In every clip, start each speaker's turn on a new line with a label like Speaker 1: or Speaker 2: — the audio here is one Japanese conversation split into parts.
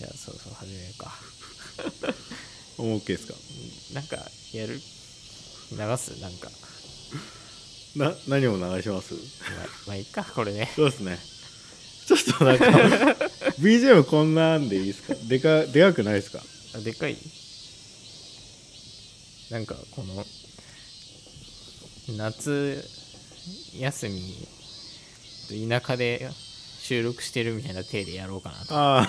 Speaker 1: いやそうそう始めるか
Speaker 2: もう OK ですか
Speaker 1: なんかやる流すなんか
Speaker 2: な何を流します
Speaker 1: ままあいいかこれね
Speaker 2: そうですね ちょっとなん か BGM こんなんでいいですかでかでかくないですか
Speaker 1: あでかいなんかこの夏休み田舎で収録してるみたいな体でやろうかなと
Speaker 2: ああ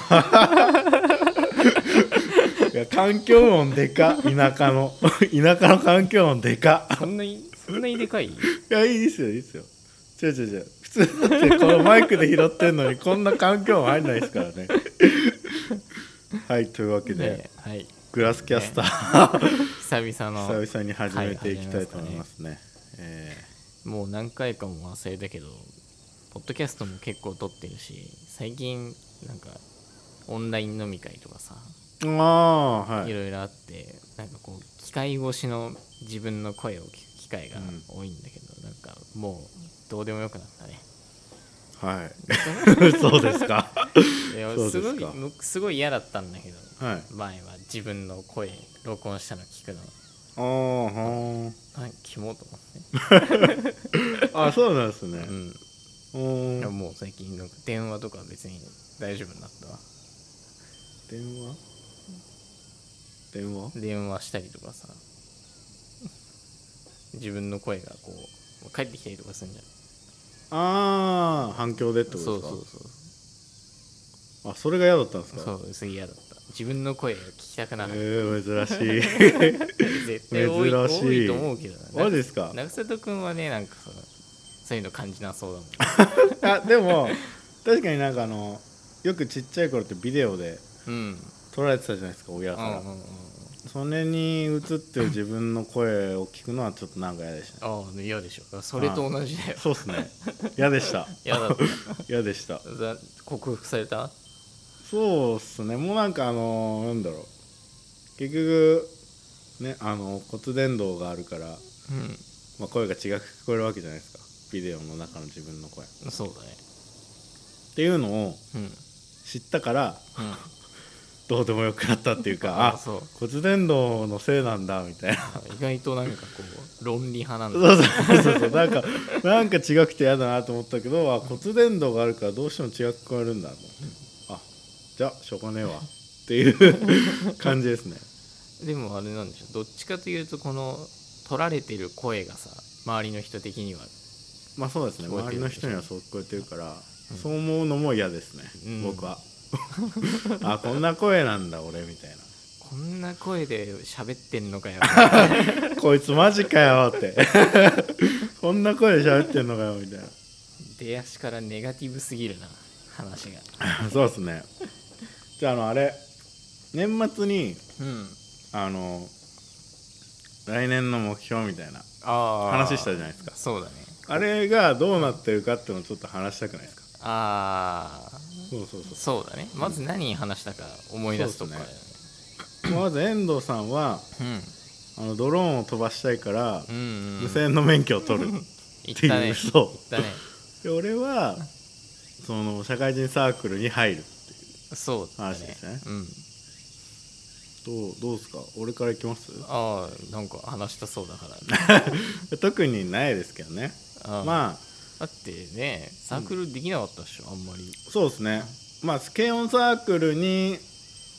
Speaker 2: いや環境音でか田舎の田舎の環境音でか
Speaker 1: そんなに そんなにでかい
Speaker 2: いやいいですよいいですよ違う違う違う普通だってこのマイクで拾ってんのにこんな環境音入んないですから ねはいというわけで、
Speaker 1: ねはい
Speaker 2: グラスキャスター、
Speaker 1: 久々の
Speaker 2: 久々に始めていきたいと思いますね、え
Speaker 1: もう何回かも忘れたけどポッドキャストも結構撮ってるし最近なんかオンライン飲み会とかさ、、
Speaker 2: ーああはいい
Speaker 1: ろいろあってなんかこう機械越しの自分の声を聞く機会が多いんだけど、なんかもうどうでもよくなったね
Speaker 2: はい そうですか
Speaker 1: いや
Speaker 2: そうですす
Speaker 1: ご
Speaker 2: か
Speaker 1: いむすごい嫌だったんだけど
Speaker 2: はい
Speaker 1: 前は自分の声録音したの聞くの
Speaker 2: あーは
Speaker 1: あキモと思っ
Speaker 2: ーあそうなんですね
Speaker 1: て、うん、
Speaker 2: う
Speaker 1: いや
Speaker 2: ーん
Speaker 1: もう最近なんか電話とか別に大丈夫になったわ
Speaker 2: 電話電話
Speaker 1: 電話したりとかさ自分の声がこう帰ってきたりとかするんじゃん
Speaker 2: ああ反響でってことです
Speaker 1: そ
Speaker 2: か
Speaker 1: うそうそう
Speaker 2: あそれが嫌だったんですか
Speaker 1: そうすげえ嫌だった自分の声が聞きたく なかった、
Speaker 2: えー、珍 しい
Speaker 1: 絶対多い
Speaker 2: 珍しい
Speaker 1: 多いと思うけどな
Speaker 2: マジですか
Speaker 1: 長里君はねなんかそのそういうの感じなそうだもん
Speaker 2: あでも確かになんかあのよくちっちゃい頃ってビデオで
Speaker 1: うん
Speaker 2: 撮られてたじゃないですか親
Speaker 1: う
Speaker 2: から、
Speaker 1: んうんうん
Speaker 2: それに映ってる自分の声を聞くのはちょっとなんか嫌でしたね
Speaker 1: ああ嫌でしょそれと同じだよ
Speaker 2: そうっすね 嫌でした
Speaker 1: 嫌だった
Speaker 2: 嫌でした
Speaker 1: だ克服された
Speaker 2: そうっすねもうなんかあのーなんだろう結局ねあの骨伝導があるから、
Speaker 1: うん
Speaker 2: まあ、声が違く聞こえるわけじゃないですかビデオの中の自分の声っ
Speaker 1: そうだね
Speaker 2: ていうのを
Speaker 1: うん、うん、
Speaker 2: 知ったからどうでもよくなったってい うかあ
Speaker 1: そう
Speaker 2: 骨伝導のせいなんだみたいな
Speaker 1: 意外となんかこう論理派なんだ
Speaker 2: そうそうそうそうなんかなんか違くて嫌だなと思ったけどあ骨伝導があるからどうしても違く聞こえるんだと思ってあじゃあしょうがねえわっていう感じですね
Speaker 1: でもあれなんでしょどっちかというとこの取られてる声がさ周りの人的には
Speaker 2: まあそうですね
Speaker 1: 聞こえて
Speaker 2: 周り
Speaker 1: る
Speaker 2: の
Speaker 1: でしょ
Speaker 2: 人にはそう聞こえてるから、
Speaker 1: うん
Speaker 2: そう思うのも嫌ですね、
Speaker 1: うん
Speaker 2: 僕は あこんな声なんだ俺みたいな
Speaker 1: こんな声で喋ってんの かよ
Speaker 2: こいつマジかよって こんな声で喋ってんのかよみたい
Speaker 1: 出足からネガティブすぎるな話が
Speaker 2: な そうですねじゃああのあれ年末に
Speaker 1: うん
Speaker 2: あの来年の目標みたいな
Speaker 1: あ
Speaker 2: 話したじゃないですか
Speaker 1: そうだね
Speaker 2: あれがどうなってるかっていうのをちょっと話したくないですか
Speaker 1: ああ
Speaker 2: そうそうそ
Speaker 1: そうだねまず何話したか思い出すとこからだね
Speaker 2: うまず遠藤さんはあのドローンを飛ばしたいから、
Speaker 1: うんうんうん
Speaker 2: 無線の免許を取 る
Speaker 1: 行
Speaker 2: っ
Speaker 1: っ
Speaker 2: ていう、
Speaker 1: たね行
Speaker 2: そ
Speaker 1: ったね
Speaker 2: うで俺はその社会人サークルに入る
Speaker 1: そうだね
Speaker 2: 話ですね
Speaker 1: うん
Speaker 2: どうどうですか俺から行きます
Speaker 1: ああなんか話したそうだから
Speaker 2: 特にないですけどね
Speaker 1: ああ
Speaker 2: まあ
Speaker 1: だってねサークルできなかったっしょ、あんまり
Speaker 2: そうですねまあ軽音サークルに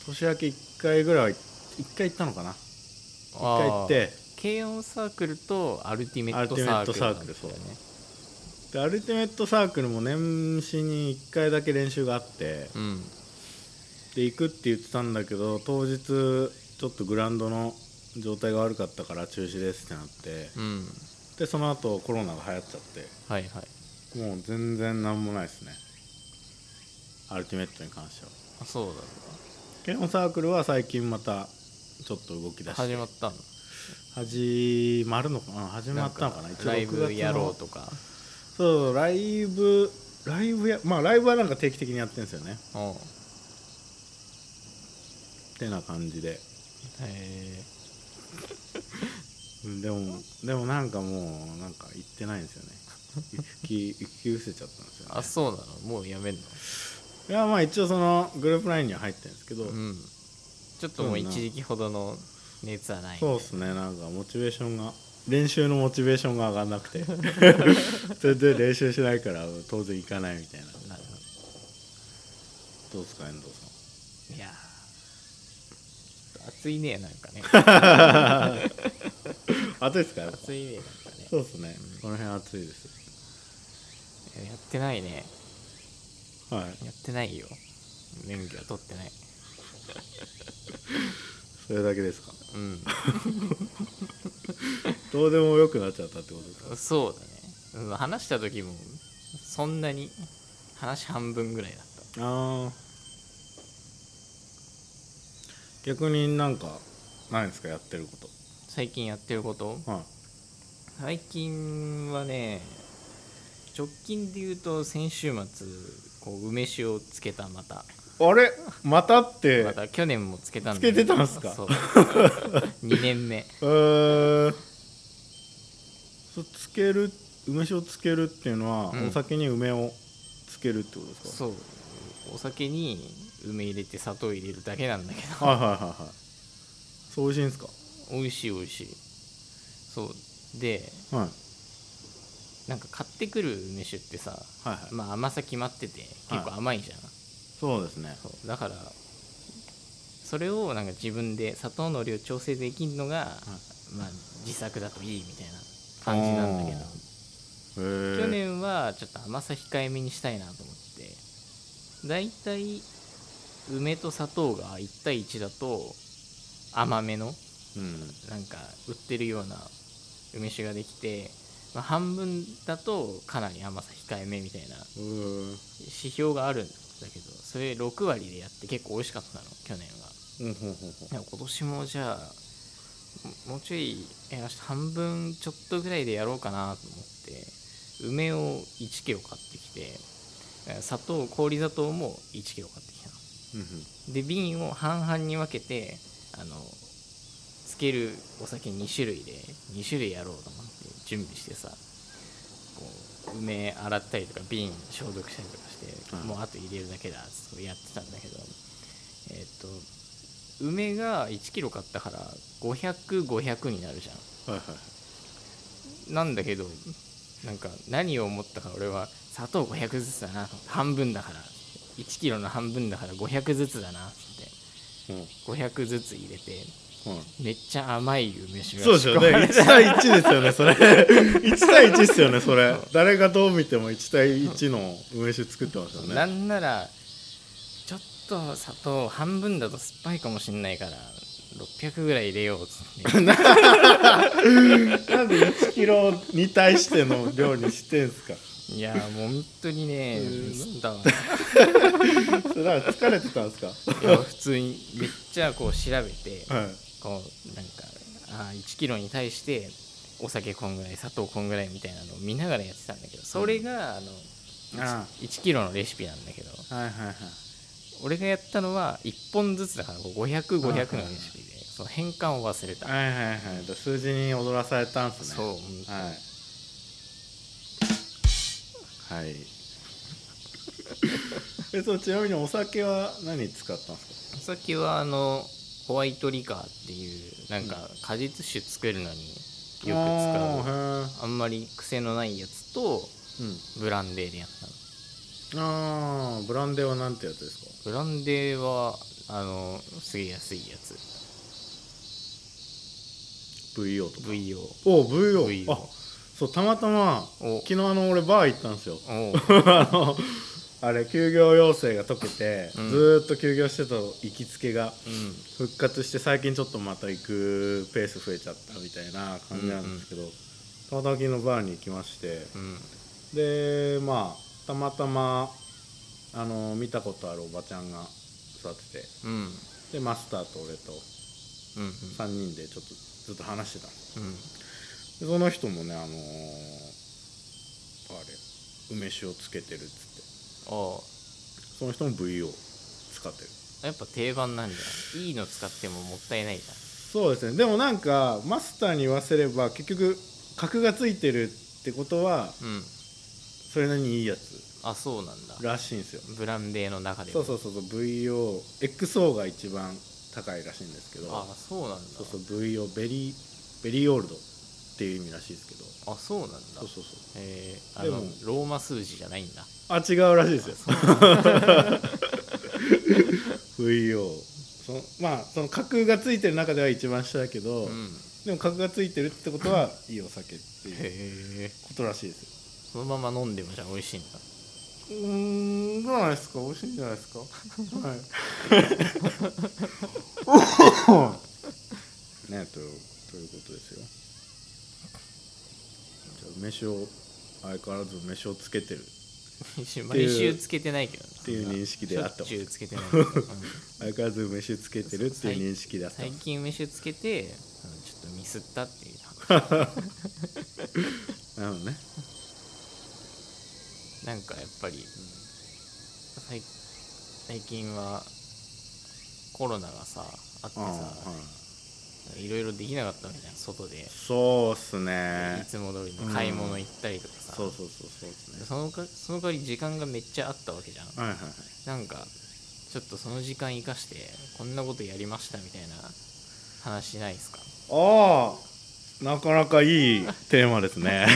Speaker 2: 年明け1回ぐらい1回行ったのかな
Speaker 1: 一
Speaker 2: 1回行って
Speaker 1: 軽音サークルとアルティメットサークルなんだよね
Speaker 2: アルティメットサークルそうでアルティメットサークルも年始に1回だけ練習があって
Speaker 1: うん
Speaker 2: で行くって言ってたんだけど当日ちょっとグラウンドの状態が悪かったから中止ですってなって
Speaker 1: うん
Speaker 2: でその後コロナが流行っちゃっ
Speaker 1: はいはい
Speaker 2: てもう全然なんもないですねアルティメットに関しては
Speaker 1: あそうだろ
Speaker 2: 軽音サークルは最近またちょっと動き
Speaker 1: う
Speaker 2: 出
Speaker 1: な
Speaker 2: して
Speaker 1: 始まったの
Speaker 2: 始まるのかな始まったのかな
Speaker 1: なん
Speaker 2: 一
Speaker 1: ライ
Speaker 2: 応6
Speaker 1: ブ
Speaker 2: 月の
Speaker 1: やろうとか
Speaker 2: そうライブライブやまあライブはなんか定期的にやってるんですよね
Speaker 1: うん
Speaker 2: ってな感じで
Speaker 1: へ
Speaker 2: うんでもでもなんかもうなんか行ってないんですよね行き行き失せちゃったんです
Speaker 1: ーあ
Speaker 2: よ
Speaker 1: そうなのもうやめんの
Speaker 2: いやまあ一応そのグループラインには入ってるんですけど、
Speaker 1: うんちょっともう一時期ほどの熱はない
Speaker 2: そうっすねなんかモチベーションが練習のモチベーションが上がんなく てそれで練習しないから当然行かないみたいな
Speaker 1: なるほ
Speaker 2: どうですか遠藤
Speaker 1: どいやーちょっと暑いねなんかね
Speaker 2: さん暑いですかやっぱ
Speaker 1: 暑いねなんかね
Speaker 2: そうっすね、この辺暑いです
Speaker 1: いややってないね
Speaker 2: はい
Speaker 1: やってないよ免許は取ってない
Speaker 2: それだけですか
Speaker 1: うん
Speaker 2: どうでもよくなっちゃったってことですか
Speaker 1: そうだね、うん、話した時もそんなに話半分ぐらいだっ
Speaker 2: ああ逆になんかないんですかやってるこ
Speaker 1: た最近やってること
Speaker 2: とはい
Speaker 1: 最近はね直近で言うと先週末こう梅酒をつけたまた
Speaker 2: あれまたって
Speaker 1: また去年もつけたんだ
Speaker 2: つけてたんすか
Speaker 1: そう2年目
Speaker 2: えー、そうつける梅酒をつけるっていうのは、
Speaker 1: うん
Speaker 2: お酒に梅をつけるってことですか
Speaker 1: そうお酒に梅入れて砂糖入れるだけなんだけど
Speaker 2: はいはいはいはいそう美味しいんですか
Speaker 1: 美味しい美味しいそうで
Speaker 2: はい
Speaker 1: なんか買ってくる梅酒ってさ
Speaker 2: はいはい、
Speaker 1: まあ甘さ決まってて結構甘いじゃん、
Speaker 2: そうですね
Speaker 1: そうだからそれをなんか自分で砂糖の量調整できるのが、まあ、自作だといいみたいな感じなんだけ
Speaker 2: へ
Speaker 1: ど
Speaker 2: ー
Speaker 1: 去年はちょっと甘さ控えめにしたいなと思ってだいたい梅と砂糖が1対1だと甘めの
Speaker 2: うん
Speaker 1: なんか売ってるような梅酒ができて、まあ、半分だとかなり甘さ控えめみたいな
Speaker 2: うー
Speaker 1: 指標があるんだけどそれ6割でやって結構美味しかったの去年は
Speaker 2: うんほんほんほん
Speaker 1: でも今年もじゃあももうちょいえ明日半分ちょっとぐらいでやろうかなと思って梅を1キロ買ってきてえ砂糖氷砂糖も1キロ買ってきたの
Speaker 2: うん
Speaker 1: で瓶を半々に分けてあのつけるお酒2種類で2種類やろうと思って準備してさこう梅洗ったりとか瓶消毒したりとかして、
Speaker 2: はい
Speaker 1: もうあと入れるだけだっつってやってたんだけどえっと梅が1キロ買ったから500500になるじゃ
Speaker 2: はいはい
Speaker 1: んなんだけどなんか何を思ったか俺は砂糖500ずつだなと思って半分だから1キロの半分だから500ずつだなっつって
Speaker 2: うん
Speaker 1: 500ずつ入れて
Speaker 2: はい
Speaker 1: めっちゃ甘い梅酒が
Speaker 2: そうですよね1対1ですよねそれ1対1ですよねそれ誰がどう見ても1対1の梅酒作ってましたよね
Speaker 1: なんならちょっと砂糖半分だと酸っぱいかもしんないから600ぐらい入れようっつ って
Speaker 2: なんで1キロに対しての量にしてんすか
Speaker 1: いやーもう本当にねミスったわ
Speaker 2: それだから疲れてたんですか
Speaker 1: いや普通にめっちゃこう調べて
Speaker 2: はい
Speaker 1: こうなんかあー1キロに対してお酒こんぐらい砂糖こんぐらいみたいなのを見ながらやってたんだけどそれがあの
Speaker 2: あ
Speaker 1: 1キロのレシピなんだけど
Speaker 2: はいはいはい
Speaker 1: 俺がやったのは1本ずつだから500500のレシピでその変換を忘れた
Speaker 2: はいはいはいだから数字に踊らされたんすね
Speaker 1: そう
Speaker 2: はいはいえそうちなみにお酒は何使ったんです
Speaker 1: お酒はあのホワイトリカーっていうなんか果実酒作るのに
Speaker 2: か
Speaker 1: よく
Speaker 2: あ
Speaker 1: 使う
Speaker 2: ーへ
Speaker 1: あんまり癖のないやつと
Speaker 2: ー
Speaker 1: ブランデーでやったの
Speaker 2: うんあーブランデーはなんてやつですか
Speaker 1: ブランデーはあのすげえ安いやつ
Speaker 2: VO とか
Speaker 1: VO
Speaker 2: お VO,
Speaker 1: VO
Speaker 2: あそうたまたま
Speaker 1: お
Speaker 2: 昨日あの俺バー行ったんですよ
Speaker 1: おう
Speaker 2: あのあれ休業要請が解けて、
Speaker 1: うん
Speaker 2: ずーっと休業してた行きつけが
Speaker 1: う
Speaker 2: 復活して最近ちょっとまた行くペース増えちゃったみたいな感じなんですけど、たまたま昨日バーに行きまして
Speaker 1: んうん
Speaker 2: でまあたまたまあの見たことあるおばちゃんが座ってて
Speaker 1: うんうん
Speaker 2: でマスターと俺と
Speaker 1: うん
Speaker 2: 3人でちょっとずっと話してたんで
Speaker 1: う
Speaker 2: す
Speaker 1: ん
Speaker 2: でその人もねあのーあれ梅酒をつけてるっつって
Speaker 1: おう
Speaker 2: その人も VO 使ってる
Speaker 1: やっぱ定番なんじゃないいいの使ってももったいないじ
Speaker 2: そうですねでもなんかマスターに言わせれば結局角がついてるってこと
Speaker 1: ゃ
Speaker 2: は
Speaker 1: んうん
Speaker 2: それなりにいいやつ
Speaker 1: あそうなんだ
Speaker 2: らしいんですよ
Speaker 1: ブランデーの中で
Speaker 2: そう
Speaker 1: も
Speaker 2: そうそうそう VOXO が一番高いらしいんですけど
Speaker 1: あそうなんだ
Speaker 2: そうそう VO ベリーベリーオールドっていう意味らしいですけど
Speaker 1: あそうなんだ
Speaker 2: そうそうそう
Speaker 1: えーあ
Speaker 2: で
Speaker 1: の
Speaker 2: も
Speaker 1: ローマ数字じゃないんだ
Speaker 2: あ違うらしいですよ
Speaker 1: そうなんだ
Speaker 2: VO そのまあその格がついてる中では一番下だけど、
Speaker 1: うん
Speaker 2: でも格がついてるってことはいいお酒っていう
Speaker 1: へえ
Speaker 2: ことらしいです
Speaker 1: そのまま飲んでもじゃあ美味しいんだ
Speaker 2: ようーんどうなんですか美味しいんじゃないですかはい ねとということですよじゃあ梅酒を相変わらず梅酒をつけてる
Speaker 1: 毎週つけてないけどって
Speaker 2: いう認識であってます
Speaker 1: しょっちゅうつけてないけど、うん
Speaker 2: 相変わらず梅酒つけてるっていう認識だった
Speaker 1: 最近梅酒つけてうんちょっとミスったっていう
Speaker 2: なのね
Speaker 1: なんかやっぱり、最最近はコロナがさあって
Speaker 2: うん
Speaker 1: さ
Speaker 2: うん
Speaker 1: いろいろできなかったみたいな外で、
Speaker 2: そうっす
Speaker 1: い
Speaker 2: ね
Speaker 1: つも通りの買い物行ったりとかさ、
Speaker 2: そうそうそうそうっすね
Speaker 1: そのかその代わり時間がめっちゃあったわけじゃん
Speaker 2: はいはいはい
Speaker 1: なんかちょっとその時間生かしてこんなことやりましたみたいな話ないですか
Speaker 2: ああなかなかいいテーマです ね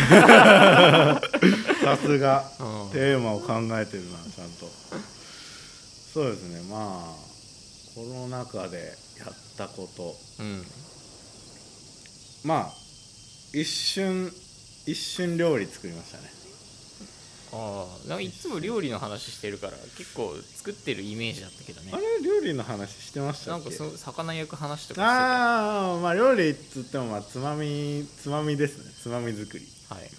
Speaker 2: さすが
Speaker 1: うん
Speaker 2: テーマを考えてるなちゃんとそうですねまあコロナ禍でやったこと
Speaker 1: うん
Speaker 2: まあ一瞬一瞬料理作りましたね
Speaker 1: ああなんかいつも料理の話してるから結構作ってるイメージだったけどね
Speaker 2: あれ料理の話してました
Speaker 1: な
Speaker 2: っ
Speaker 1: ん
Speaker 2: け
Speaker 1: かその魚焼く話とか
Speaker 2: ああまあ料理っつってもまあつまみつまみですねつまみ作り
Speaker 1: してたはい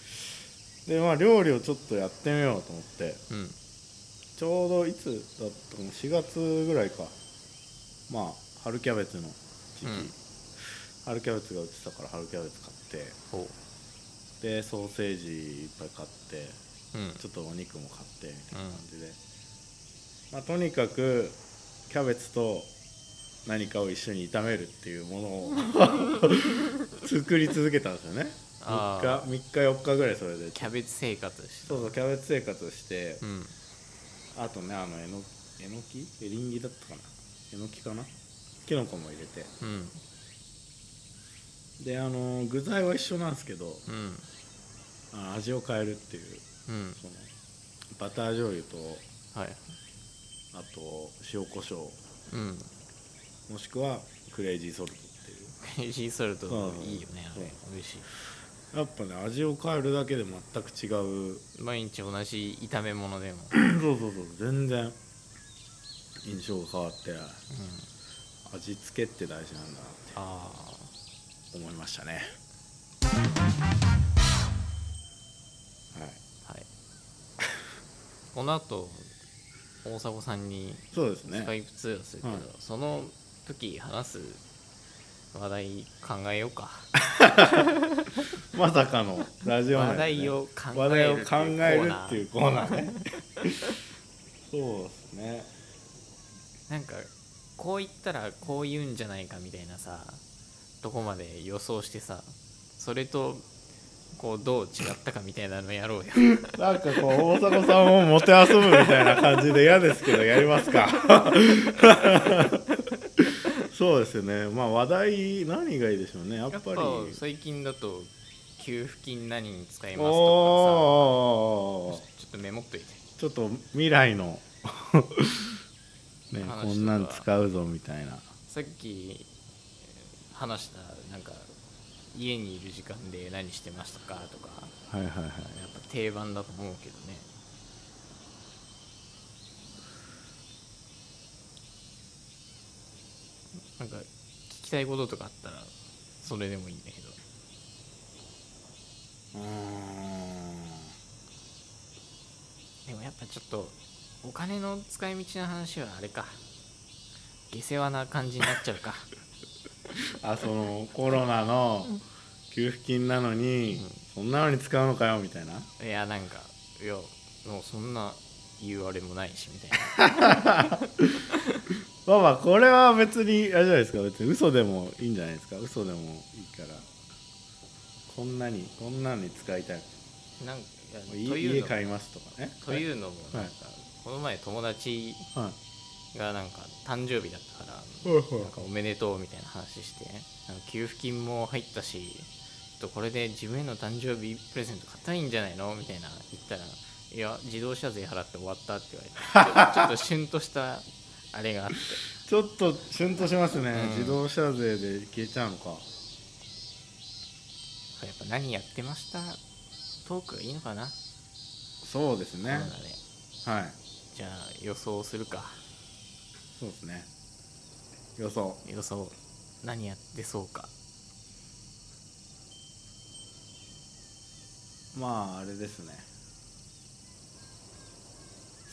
Speaker 2: でまあ料理をちょっとやってみようと思って
Speaker 1: うん
Speaker 2: ちょうどいつだったかな4月ぐらいかまあ春キャベツの時期、
Speaker 1: うん
Speaker 2: 春キャベツが売ってたから春キャベツ買っ
Speaker 1: ほ
Speaker 2: てでソーセージいっぱい買って
Speaker 1: ううん
Speaker 2: ちょっとお肉も買ってみたいな感じで、まあ、とにかくキャベツと何かを一緒に炒めるっていうものを作り続けたんですよね3日
Speaker 1: あ
Speaker 2: 3日4日ぐらいそれで
Speaker 1: キャベツ生活して
Speaker 2: そうそうキャベツ生活して、
Speaker 1: うん
Speaker 2: あとねあのえのえのきエリンギだったかなえのきかなきのこも入れて
Speaker 1: うん
Speaker 2: であの具材は一緒なんですけど
Speaker 1: うん
Speaker 2: あの味を変えるっていう
Speaker 1: うん
Speaker 2: そのバター醤油と
Speaker 1: はい
Speaker 2: あと塩コショ
Speaker 1: うん
Speaker 2: ウもしくはクレイジーソルトっ ていう
Speaker 1: クレイジーソルト
Speaker 2: うん
Speaker 1: いいよねあれ
Speaker 2: う
Speaker 1: 美味し
Speaker 2: やっぱね味を変えるだけで全く違う
Speaker 1: い毎日同じ炒め物でも
Speaker 2: そうそうそう全然印象が変わって
Speaker 1: うん
Speaker 2: 味付けって大事なんだなって
Speaker 1: あ
Speaker 2: 思いましたねはい
Speaker 1: あはい この後大迫さんに
Speaker 2: そうです
Speaker 1: ス
Speaker 2: ね
Speaker 1: カイプ通話するけど、
Speaker 2: はい
Speaker 1: その時話す話題考えようか、
Speaker 2: まさかのラジオ
Speaker 1: 話
Speaker 2: 内でね
Speaker 1: 題を考
Speaker 2: 話
Speaker 1: え
Speaker 2: 題を
Speaker 1: る
Speaker 2: 考えるっ
Speaker 1: って
Speaker 2: て
Speaker 1: い
Speaker 2: いうう
Speaker 1: コ
Speaker 2: コ
Speaker 1: ーナー
Speaker 2: ーナーねそうですね
Speaker 1: なんかこう言ったらこう言うんじゃないかみたいなさどこまで予想してさそれとこうどう違ったかみたいなのやろうよ
Speaker 2: なんかこう大迫さんをもてあそぶみたいな感じで嫌ですけどやりま すかそうですねまあ話題何がいいでしょうねやっぱ
Speaker 1: やっ
Speaker 2: り
Speaker 1: ぱ最近だと給付金何に使い
Speaker 2: おー
Speaker 1: ますと
Speaker 2: おーおーお
Speaker 1: か
Speaker 2: ー
Speaker 1: さちょっとメモっといて
Speaker 2: ちょっと未来の ね
Speaker 1: 話とか
Speaker 2: こんなん使うぞみたいな
Speaker 1: さっきえー話したなんか家にいる時間で何してましたかとか
Speaker 2: はいはいはい
Speaker 1: やっぱ定番だと思うけどねなんか聞きたいこととかあったらそれでもいいんだけど
Speaker 2: うーん
Speaker 1: でもやっぱちょっとお金の使い道の話はあれか下世話な感じになっちゃう か
Speaker 2: あそのコロナの給付金なのに、そんなのに使うのかよみたいない
Speaker 1: やなんかいやもうそんな言うあれもないしみたいな
Speaker 2: まあまあこれは別にあれじゃないですか別に嘘でもいいんじゃないですか嘘でもいいからこんなにこんなに使いたい
Speaker 1: なんいや
Speaker 2: もうい
Speaker 1: という
Speaker 2: 家
Speaker 1: の
Speaker 2: 買いますとかね
Speaker 1: というのもなんか、
Speaker 2: はい
Speaker 1: この前友達
Speaker 2: は
Speaker 1: がなんか誕生日だったから、
Speaker 2: いはい
Speaker 1: なんかおめでとうみたいな話してあの給付金も入ったしちょっとこれで自分への誕生日プレゼント買ったらいいんじゃないのみたいな言ったら「いや自動車税払って終わった」って言われてちょっ とシュンとしたあれがあって
Speaker 2: ちょっとシュンとしますね、
Speaker 1: うん
Speaker 2: 自動車税で消えちゃうのか
Speaker 1: やっぱ何やってましたトークがいいのかな、
Speaker 2: そうですね、
Speaker 1: そうだね
Speaker 2: はい
Speaker 1: じゃあ予想するか
Speaker 2: そうですね予想
Speaker 1: 予想何やってそうか
Speaker 2: まああれですね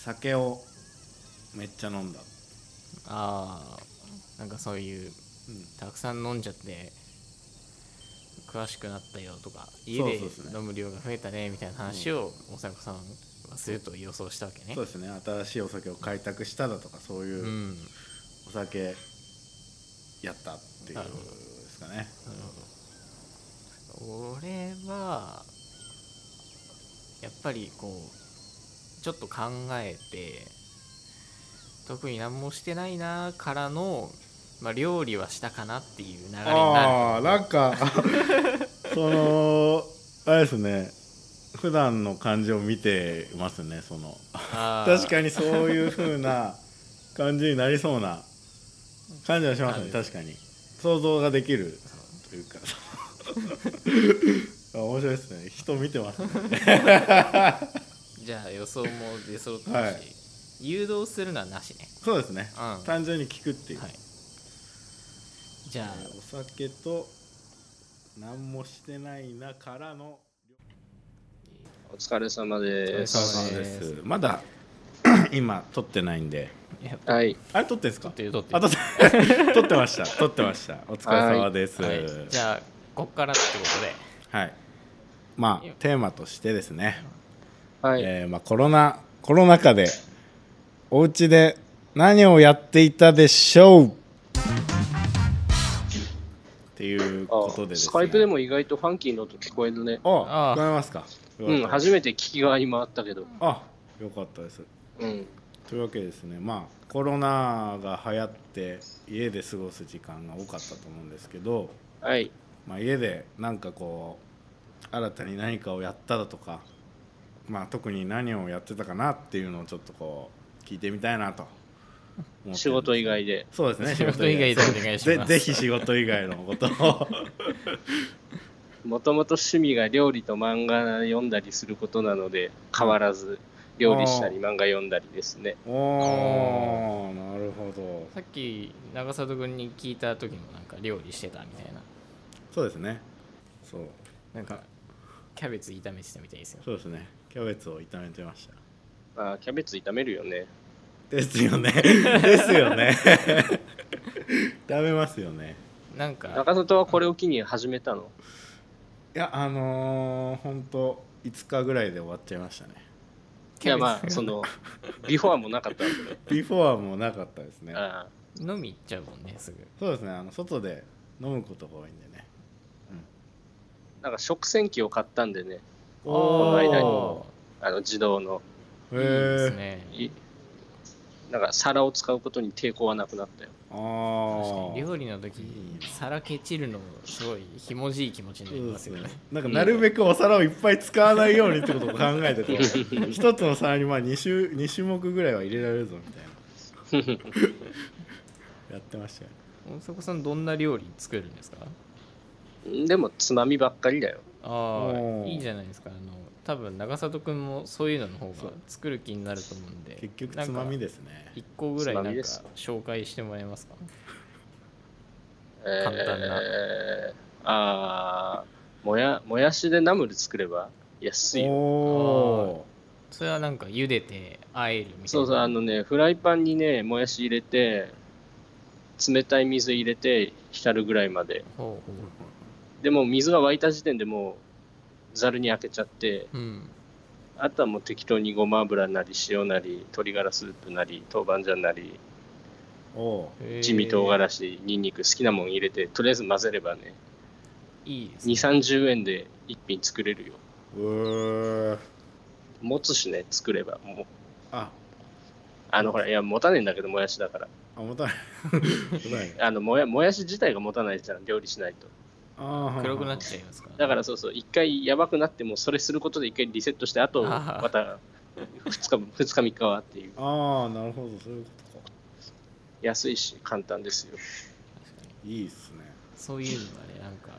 Speaker 2: 酒をめっちゃ飲んだ、
Speaker 1: ああんかそういうたくさん飲んじゃって詳しくなったよとか家で
Speaker 2: そうそうそう
Speaker 1: 飲む量が増えたねみたいな話をおさこさんはすると予想したわけね
Speaker 2: そうですね新しいお酒を開拓しただとかそういうううんお酒やったっていう
Speaker 1: な
Speaker 2: で
Speaker 1: るほど
Speaker 2: すかね
Speaker 1: なるほど俺はやっぱりこうちょっと考えて特に何もしてないなからの、まあ、料理はしたかなっていう流れになる
Speaker 2: ああーなんか そのあれですね普段の感じを見てますねその
Speaker 1: あー
Speaker 2: 確かにそういう風な感じになりそうな感じはしますね
Speaker 1: そうで
Speaker 2: 確かに想像ができるとい うかあ面白いですね人見てますね
Speaker 1: じゃあ予想も出揃ったし、
Speaker 2: はい
Speaker 1: 誘導するのはなしね
Speaker 2: そうですね、
Speaker 1: うん
Speaker 2: 単純に聞くっていう、
Speaker 1: はいじゃあ
Speaker 2: お酒と何もしてないなからの
Speaker 3: お疲れ様です。
Speaker 1: お疲れ様です
Speaker 2: まだ 今撮ってないんで
Speaker 1: いや
Speaker 3: はい。
Speaker 2: あれ撮ってんすか
Speaker 1: 撮ってる撮って
Speaker 2: あ
Speaker 1: る
Speaker 2: 撮って 撮ってました 撮ってましたお疲れ様ですは、
Speaker 1: はいい、じゃあこっからってことで
Speaker 2: まあテーマとしてですね、
Speaker 3: はい。
Speaker 2: えーまあ、コロナコロナ禍でお家で何をやっていたでしょうっていうことでです、ね、
Speaker 3: スカイプでも意外とファンキーの音聞こえるね。
Speaker 1: あ
Speaker 2: あ
Speaker 1: ー
Speaker 2: 聞こえますか
Speaker 3: うん、初
Speaker 2: め
Speaker 3: めて聞きが今あったけど。
Speaker 2: あよかったです
Speaker 3: うん。
Speaker 2: というわけでですねまあコロナが流行って家で過ごす時間が多かったと思うんですけど、
Speaker 3: はい。
Speaker 2: まあ、家でなんかこう新たに何かをやっただとか、まあ、特に何をやってたかなっていうのをちょっとこう聞いてみたいなと思ってる
Speaker 3: 仕事以外で。
Speaker 2: そうですね
Speaker 1: 仕事以外でお願いし
Speaker 2: で
Speaker 1: ます
Speaker 2: ぜひ仕事以外のことを
Speaker 3: もともと趣味が料理と漫画読んだりすることなので、変わらず料理したり漫画読んだりですね。
Speaker 2: おーなるほど
Speaker 1: さっき長里君に聞いた時もなんか料理してたみたいな
Speaker 2: そうですねそう
Speaker 1: なんかキャベツ炒めてたみたいですよ
Speaker 2: そうですねキャベツを炒めてました
Speaker 3: あーキャベツ炒めるよね。
Speaker 2: ですよねですよね食べますよね
Speaker 1: なんか
Speaker 3: 中里はこれを機に始めたの。
Speaker 2: いやあのー、ほんと5日ぐらいで終わっちゃいましたね
Speaker 3: い
Speaker 1: キャベツ
Speaker 3: やまあ、その、ビフォアもなかったわけね。
Speaker 2: ビフォアもなかったですね
Speaker 3: あ
Speaker 1: 飲み行っちゃうもんねすぐ
Speaker 2: そうですねあの外で飲むことが多いんでね
Speaker 3: ーなんか食洗機を買ったんでね、
Speaker 1: あー
Speaker 2: お
Speaker 3: あの自動の。
Speaker 2: ー
Speaker 1: いいです
Speaker 2: へえ
Speaker 1: ね
Speaker 3: いなんか皿を使うことに抵抗はなくなったよ。
Speaker 2: あ
Speaker 1: 確か
Speaker 2: ー
Speaker 1: に料理の時皿ケチるのすごいひもじい気持ちに
Speaker 2: そ
Speaker 1: なり
Speaker 2: うで
Speaker 1: ますすよ
Speaker 2: ね
Speaker 1: ね。
Speaker 2: なんかなるべくお皿をいっぱい使わないようにってことを考えてこう一つの皿にまあ 2, 種2種目ぐらいは入れられるぞみたい なやってましたよ
Speaker 1: 大迫さんどんな料理作るんですか
Speaker 3: でもつまみばっかりだよ。
Speaker 1: あ
Speaker 2: お
Speaker 1: あ
Speaker 2: ー
Speaker 1: いいじゃないですかあの多分長里くんもそういうのの方が作る気になると思うんで
Speaker 2: 結局つまみですね
Speaker 1: 1個ぐらいなんか
Speaker 3: つまみです
Speaker 1: 紹介してもらえますか
Speaker 3: え
Speaker 1: 簡単な
Speaker 3: ーあーもやもやしでナムル作れば安いよ。
Speaker 2: お
Speaker 1: それはなんか茹でてあえるみたいな
Speaker 3: そうそう、あのね、フライパンにね、もやし入れて、冷たい水入れて浸るぐらいまで。
Speaker 1: ほうほ
Speaker 3: でも水が沸いた時点でもうざるに開けちゃって、
Speaker 1: ううん
Speaker 3: あとはもう適当にごま油なり塩なり鶏ガラスープなり豆板醤なり
Speaker 2: おお
Speaker 1: へー
Speaker 3: 一味唐辛子にんにく好きなもん入れてとりあえず混ぜればね
Speaker 1: いいですね
Speaker 3: 2 3 0円で一品作れるよ
Speaker 2: うー
Speaker 3: 持つしね、作れば。もう
Speaker 2: あ
Speaker 3: あの、ほら、いや、持たねえんだけど、もやしだから。
Speaker 2: あ持たない持たない
Speaker 3: あの、もや、もやし自体が持たないじゃん、料理しないと。
Speaker 2: あー
Speaker 1: 黒くなっちゃいますから、
Speaker 3: だからそうそう、一回やばくなっても、それすることで一回リセットして、あと、
Speaker 1: あー
Speaker 3: また、二日、二日、三日はっていう。
Speaker 2: ああなるほどそういうことか
Speaker 3: 安いし、簡単ですよ。
Speaker 1: 確かに
Speaker 2: いいっすね
Speaker 1: そういうのがねなんか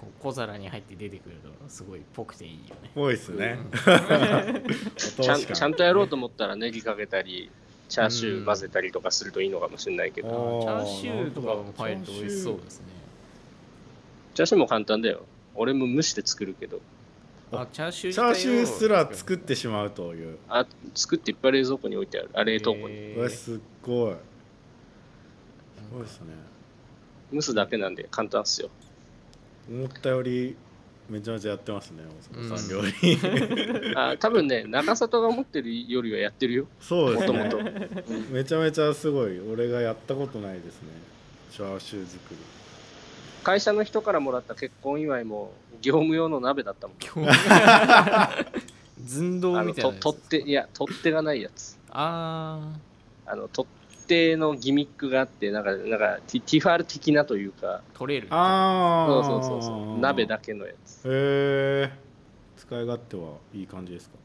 Speaker 1: こう小皿に入って出てくるとすごいぽくていいよね
Speaker 2: 多いっすね、 お
Speaker 3: ちゃん
Speaker 2: 通し感
Speaker 3: ちゃんとやろうと思ったら、ネギかけたり、チャーシュー混ぜたりとかするといいのかもしれないけ
Speaker 1: チ
Speaker 3: ど、
Speaker 2: おー
Speaker 1: ャーシューとかも入ると美味しそうですね
Speaker 3: チャーシューも簡単だよ。俺も蒸して作るけど、
Speaker 1: あチャーシュー
Speaker 2: チャーシューすら作って
Speaker 1: し
Speaker 2: しまうという
Speaker 3: あ作っていっぱい冷蔵庫に置いてある、あ冷凍庫に。
Speaker 2: これ すっごいすごいっすね
Speaker 3: 蒸すだけなんで簡単っすよ。
Speaker 2: 思ったよりめちゃめちゃやってますね大阪さん料理、
Speaker 3: あ多分ね、中里が持ってるよりはやってるよ、
Speaker 2: そうで
Speaker 3: も
Speaker 2: す
Speaker 3: と
Speaker 2: ね
Speaker 3: もと。
Speaker 2: めちゃめちゃすごい俺がやったことないですねチャーシュー作り
Speaker 3: 会社の人からもらった結婚祝いも、業務用の鍋だったもん。
Speaker 1: 興味寸胴
Speaker 3: あ
Speaker 1: み
Speaker 3: の
Speaker 1: たいな
Speaker 3: と
Speaker 1: やつ
Speaker 3: 取っ手、いや、取っ手がないやつ。
Speaker 1: あ
Speaker 3: あの取っ手のギミックがあって、なんか、なんかティティファール的なというか、
Speaker 1: ー取れる
Speaker 2: あ
Speaker 3: そ
Speaker 2: あ
Speaker 3: うそうそうそう、鍋だけのやつ。
Speaker 2: へえ使い勝手はいい感じですか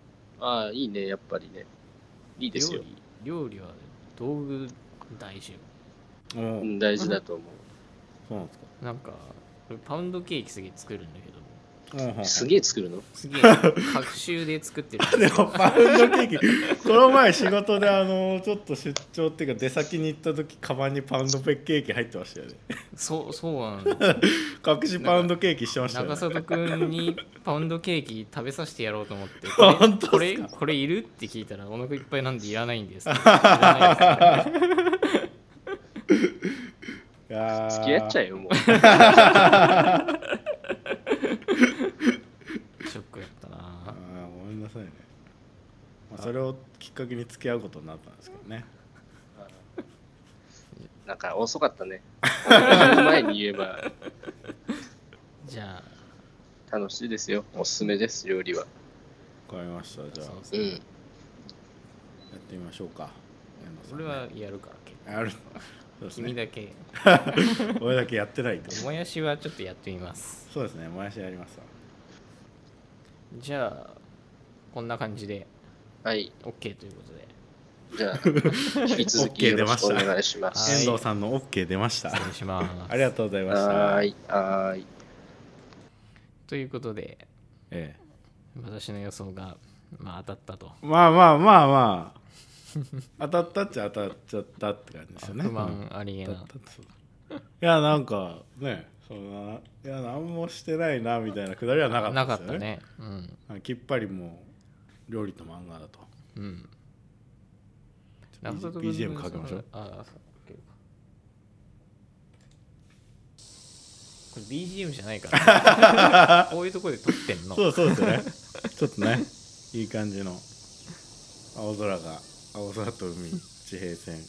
Speaker 3: ああ、いいね、やっぱりね。いいです
Speaker 1: 料
Speaker 3: よ。
Speaker 1: 理料理は道具大事よ
Speaker 2: お
Speaker 3: う
Speaker 2: お
Speaker 3: ん、大事だと思う。
Speaker 2: そうなんですか
Speaker 1: なんか俺パウンドケーキすげえ作るんだけど
Speaker 2: うんうん
Speaker 3: すげえ作るの
Speaker 1: すげえ 隔週で作ってるんです
Speaker 2: で
Speaker 1: よ
Speaker 2: もパウンドケーキこの前仕事であのちょっと出張っていうか出先に行った時カバンにパウンドケーキ入ってましたよね
Speaker 1: そうそうなんですよ
Speaker 2: 隠しパウンドケーキしてましたよ
Speaker 1: 中
Speaker 2: ね
Speaker 1: 里くんにパウンドケーキ食べさせてやろうと思って
Speaker 2: 本当っすか
Speaker 1: これこれこれいるって聞いたらお腹いっぱいなんでいらないん ですっていらないです
Speaker 3: 付き合っちゃ
Speaker 2: え
Speaker 3: えよ、もう。
Speaker 1: ショックやったな
Speaker 2: ごめんなさいね、まあ、それをきっかけに付き合うことになったんですけどね
Speaker 3: なんか遅 かったね。前に言えば
Speaker 1: じゃあ
Speaker 3: 楽しいですよ。おすすめです、料理は。
Speaker 2: わかりましたじゃあ
Speaker 1: そうです
Speaker 3: う
Speaker 1: ね
Speaker 3: ん。
Speaker 2: やってみましょうか遠藤さん
Speaker 1: 俺
Speaker 2: ね
Speaker 1: はやるから結
Speaker 2: やるそうです
Speaker 1: 構君
Speaker 2: ね
Speaker 1: だけ
Speaker 2: 俺だけやってないと
Speaker 1: もやしはちょっとやってみます
Speaker 2: そうですねもやしやりますわ
Speaker 1: じゃあこんな感じで
Speaker 3: はい。
Speaker 1: OK ということで
Speaker 3: じ ゃあ、引き続き
Speaker 2: OK
Speaker 3: よ
Speaker 2: 出
Speaker 3: ろ
Speaker 2: ま
Speaker 3: し
Speaker 2: し
Speaker 3: くお
Speaker 2: た
Speaker 3: 願いしま
Speaker 1: はい
Speaker 3: す。
Speaker 2: 遠藤さんの OK 出ました
Speaker 1: 失礼します
Speaker 2: ありがとうございました
Speaker 3: はーい。はーい。
Speaker 1: ということで
Speaker 2: え
Speaker 1: 私の予想が、まあ、当たったと
Speaker 2: え、まあまあまあまあ当たったっちゃ当たっちゃったって感じですよね
Speaker 1: 不
Speaker 2: うん
Speaker 1: 満ありえ
Speaker 2: 当た
Speaker 1: な
Speaker 2: ったってそうだいやなんかねそんないや何もしてないなみたいなくだりはなか
Speaker 1: な
Speaker 2: っ
Speaker 1: か
Speaker 2: た
Speaker 1: っ
Speaker 2: です
Speaker 1: た
Speaker 2: よね
Speaker 1: ねうん
Speaker 2: あきっぱりもう料理と漫画だと
Speaker 1: うん謎解きの
Speaker 2: BGM かけましょう
Speaker 1: あそう OK これ BGM じゃないからね こういうところで撮ってんの
Speaker 2: そうそう ですねちょっとねいい感じの青空が青空と海地平線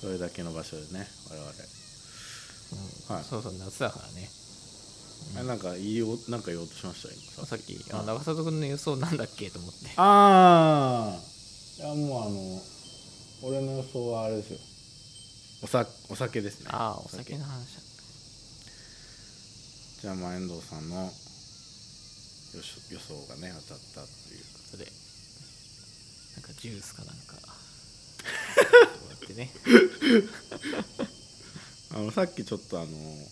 Speaker 2: それだけの場所でね我々
Speaker 1: うん
Speaker 2: はい
Speaker 1: そうそう夏だからね
Speaker 2: あなんか言いようなんか言おうとしました今
Speaker 1: さっきあ長里君の予想なんだっけと思って
Speaker 2: ああいやもうあの俺の予想はあれですよおさお酒ですね
Speaker 1: ああお酒の話
Speaker 2: じゃあまあ遠藤さんの予想予想がね当たったっていう
Speaker 1: それなんかジュースかなん かこうやってね
Speaker 2: あのさっきちょっとあの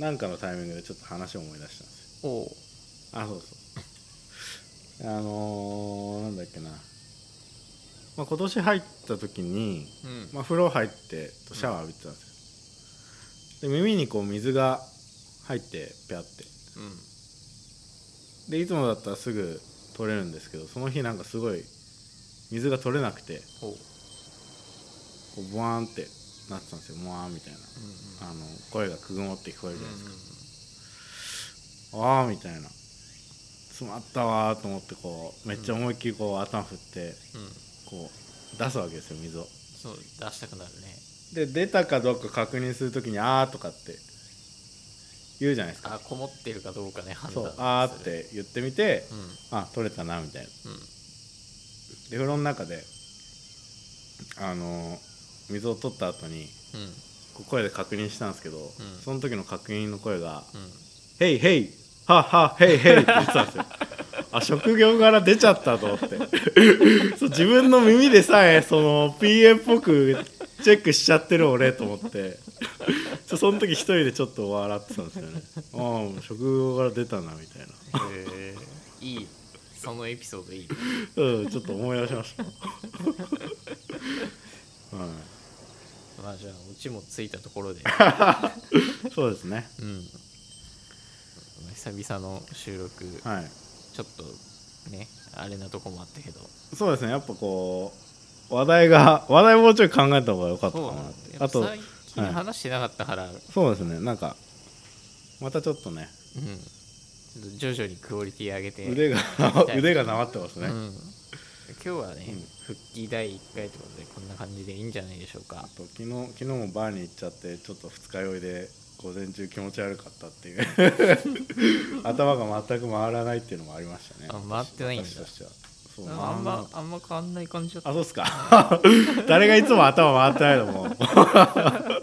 Speaker 2: なんかのタイミングでちょっと話を思い出したんですよ
Speaker 1: おおう
Speaker 2: あそうそうあのー、なんだっけな、まあ、今年入った時に、
Speaker 1: うん
Speaker 2: まあ、風呂入ってシャワー浴びてたんですよ、で耳にこう水が入ってペアって
Speaker 1: うん
Speaker 2: でいつもだったらすぐ取れるんですけどその日なんかすごい水が取れなくて
Speaker 1: おう
Speaker 2: こうボワーンってなってたんですよボワーンみたいな
Speaker 1: うんうん
Speaker 2: あの声がくぐもって聞こえるじゃないですか、
Speaker 1: う
Speaker 2: ああみたいな詰まったわーと思ってこうめっちゃ思いっきりこう頭振って
Speaker 1: んうんうん
Speaker 2: こう出すわけですよ水を
Speaker 1: そう出したくなるね
Speaker 2: で出たかどうか確認するときに「あー」とかって言うじゃないですか
Speaker 1: あこもってるかどうかね判
Speaker 2: そ
Speaker 1: 断
Speaker 2: うあーっ、て言ってみて
Speaker 1: うん
Speaker 2: あ取れたなみたいな
Speaker 1: うん、
Speaker 2: で風呂の中であの水を取った後に
Speaker 1: うん
Speaker 2: こう声で確認したんですけど、
Speaker 1: ん
Speaker 2: その時の確認の声が
Speaker 1: うん
Speaker 2: 「ヘイヘイハッハッヘイヘイ」って言ってたんですよあ職業柄出ちゃったと思ってそう自分の耳でさえその PA っぽくチェックしちゃってる俺と思ってそうその時一人でちょっと笑ってたんですよねああ職業柄出たなみたいな
Speaker 1: へえいいそのエピソードいい
Speaker 2: うんちょっと思い出しましたはい
Speaker 1: まあじゃあうちもついたところで、
Speaker 2: そうですね
Speaker 1: うん、久々の収録、
Speaker 2: はい
Speaker 1: ちょっとねあれなとこもあったけど
Speaker 2: そうですねやっぱこう話題が話題もうちょい考えた方が良かった
Speaker 1: そ
Speaker 2: か
Speaker 1: う
Speaker 2: な
Speaker 1: なんだ
Speaker 2: って
Speaker 1: やっぱ
Speaker 2: あと
Speaker 1: 最近
Speaker 2: はい
Speaker 1: 話してなかったから、うん
Speaker 2: そうですねなんかまたちょっとね
Speaker 1: ちょっと徐々にクオリティ上げて
Speaker 2: 腕が
Speaker 1: たい
Speaker 2: 腕がなまってますね、
Speaker 1: うん、今日はね、
Speaker 2: うん
Speaker 1: 復帰第1回ということでこんな感じでいいんじゃないでしょうか
Speaker 2: あと昨日昨日もバーに行っちゃってちょっと二日酔いで午前中気持ち悪かったっていう 頭が全く回らないっていうのもありましたね
Speaker 1: あ回ってないんだ
Speaker 2: 私としてはそう
Speaker 1: あん
Speaker 2: 回ら
Speaker 1: ま
Speaker 2: な
Speaker 1: あんま変わんない感じだった
Speaker 2: あそうっすか誰がいつも頭回ってないのもう